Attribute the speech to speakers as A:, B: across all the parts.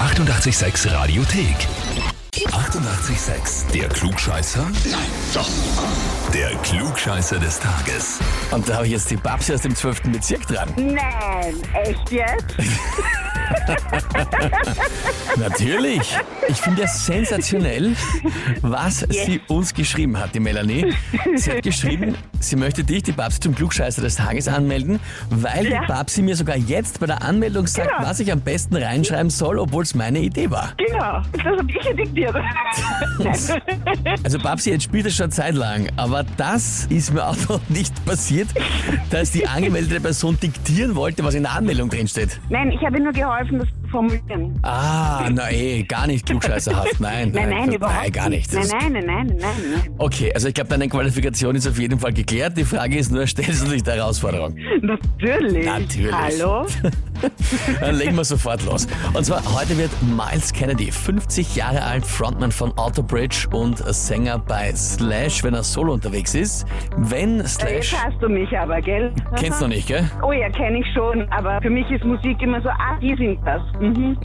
A: 886 Radiothek. 88,6. Der Klugscheißer? Nein, doch. Der Klugscheißer des Tages.
B: Und da habe ich jetzt die Babsi aus dem 12. Bezirk dran.
C: Nein, echt jetzt?
B: Natürlich. Ich finde ja sensationell, was sie uns geschrieben hat, die Melanie. Sie hat geschrieben, sie möchte dich, die Babsi, zum Klugscheißer des Tages anmelden, weil
C: Ja.
B: die Babsi mir sogar jetzt bei der Anmeldung sagt,
C: Genau.
B: was ich am besten reinschreiben soll, obwohl es meine Idee war.
C: Genau, das habe ich ja diktiert. Nein.
B: Also Babsi, jetzt spielt es schon Zeit lang, aber das ist mir auch noch nicht passiert, dass die angemeldete Person diktieren wollte, was in der Anmeldung drinsteht.
C: Nein, ich habe ihr nur geholfen, das zu formulieren.
B: Ah, na eh, gar nicht klugscheißerhaft. Nein,
C: Nein, nein, überhaupt
B: Nein, gar nicht. Das
C: Nein,
B: ist-
C: nein, nein, nein, nein.
B: Okay, also ich glaube, deine Qualifikation ist auf jeden Fall geklärt. Die Frage ist nur, stellst du dich der Herausforderung?
C: nein. Natürlich.
B: Natürlich.
C: Hallo?
B: Dann legen wir sofort los. Und zwar, heute wird Miles Kennedy, 50 Jahre alt, Frontman von Autobridge und Sänger bei Slash, wenn er solo unterwegs ist. Wenn Slash...
C: Jetzt hast du mich aber, gell?
B: Kennst du noch nicht, gell?
C: Oh ja, kenne ich schon, aber für mich ist Musik immer so, ah, die sind das. Mhm.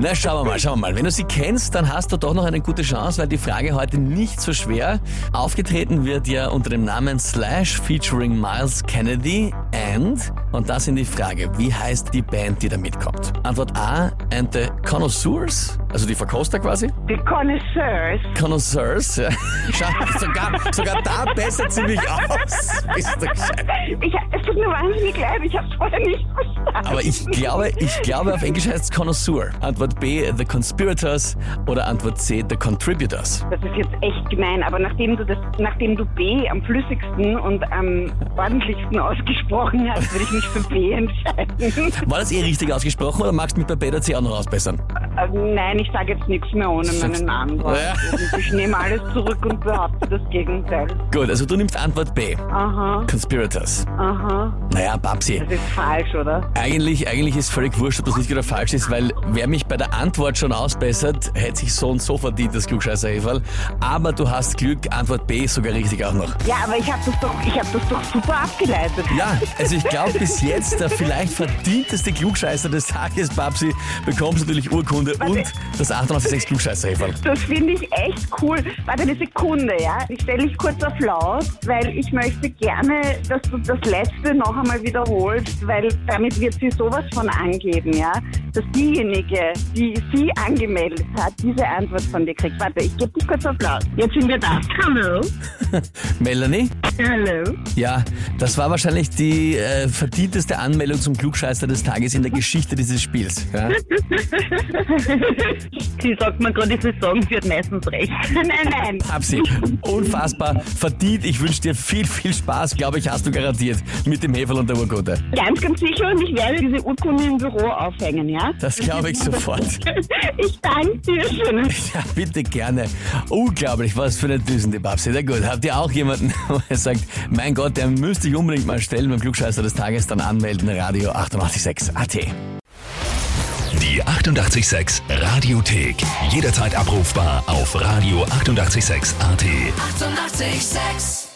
B: Na, schauen wir mal, schauen wir mal. Wenn du sie kennst, dann hast du doch noch eine gute Chance, weil die Frage heute nicht so schwer. Aufgetreten wird ja unter dem Namen Slash featuring Miles Kennedy and, und das in die Frage, wie heißt die Band, die da mitkommt? Antwort A, and the Connoisseurs, also die Verkoster quasi.
C: Die Connoisseurs.
B: Connoisseurs, ja. Schau, sogar, sogar da bessert sie mich aus. Bist du gescheit.
C: Ich, es tut mir wahnsinnig leid, ich habe es vorher nicht verstanden.
B: Aber ich glaube, ich glaube, auf Englisch heißt es Connoisseur. Antwort B, The Conspirators oder Antwort C, The Contributors.
C: Das ist jetzt echt gemein, aber nachdem du das, nachdem du B am flüssigsten und am ordentlichsten ausgesprochen hast, würde ich mich für B entscheiden.
B: War das eh richtig ausgesprochen oder magst du mit bei Peter C auch noch ausbessern?
C: Äh, Nein, ich sage jetzt nichts mehr ohne
B: Sagst-
C: meinen Antwort.
B: Ja.
C: Ich nehme alles zurück und behaupte das Gegenteil.
B: Gut, also du nimmst Antwort B.
C: Aha,
B: Conspirators.
C: aha.
B: Naja, Babsi.
C: Das ist falsch, oder?
B: Eigentlich, eigentlich ist völlig wurscht, ob das richtig oder falsch ist, weil wer mich bei der Antwort schon ausbessert, hätte sich so und so verdient, das klugscheißer -Heferl. Aber du hast Glück, Antwort B ist sogar richtig auch noch.
C: Ja, aber ich habe das doch, ich habe das doch super abgeleitet.
B: Ja, also ich glaube bis jetzt der vielleicht verdienteste Klugscheißer des Tages, Babsi, bekommst natürlich Urkunde und das 886 klugscheißer -Heferl.
C: Das finde ich echt cool. Warte eine Sekunde, ja? Ich stelle dich kurz auf laut, weil ich möchte gerne, dass du das letzte noch einmal wiederholst, weil damit wird sie sowas von angeben, ja? Dass diejenige, die sie angemeldet hat, diese Antwort von dir kriegt. Warte, ich gebe dich kurz auf laut. Jetzt sind wir da. Hallo.
B: Melanie?
C: Hallo.
B: Ja, das war wahrscheinlich die äh, verdienteste Anmeldung zum Klugscheißer des Tages in der Geschichte dieses Spiels. Ja?
D: Sie sagt mir gerade, ich soll sagen, sie hat meistens recht.
C: Nein, nein.
B: Babsi, unfassbar verdient. Ich wünsche dir viel, viel Spaß, glaube ich, hast du garantiert mit dem Heferl und der Urkunde.
C: Ganz, ganz sicher und ich werde diese Urkunde im Büro aufhängen, ja?
B: Das glaube ich sofort.
C: Ich danke dir schon.
B: Ja, bitte gerne. Unglaublich, was für eine Düsen, die Babsi. Na gut, habt ihr auch jemanden, wo ihr sagt, mein Gott, der müsste ich unbedingt mal stellen beim Klugscheißer des Tages, dann anmelden, Radio 886 AT.
A: Die 88,6 Radiothek. Jederzeit abrufbar auf radio886.at. 88,6.
E: Eighty-eight, sex.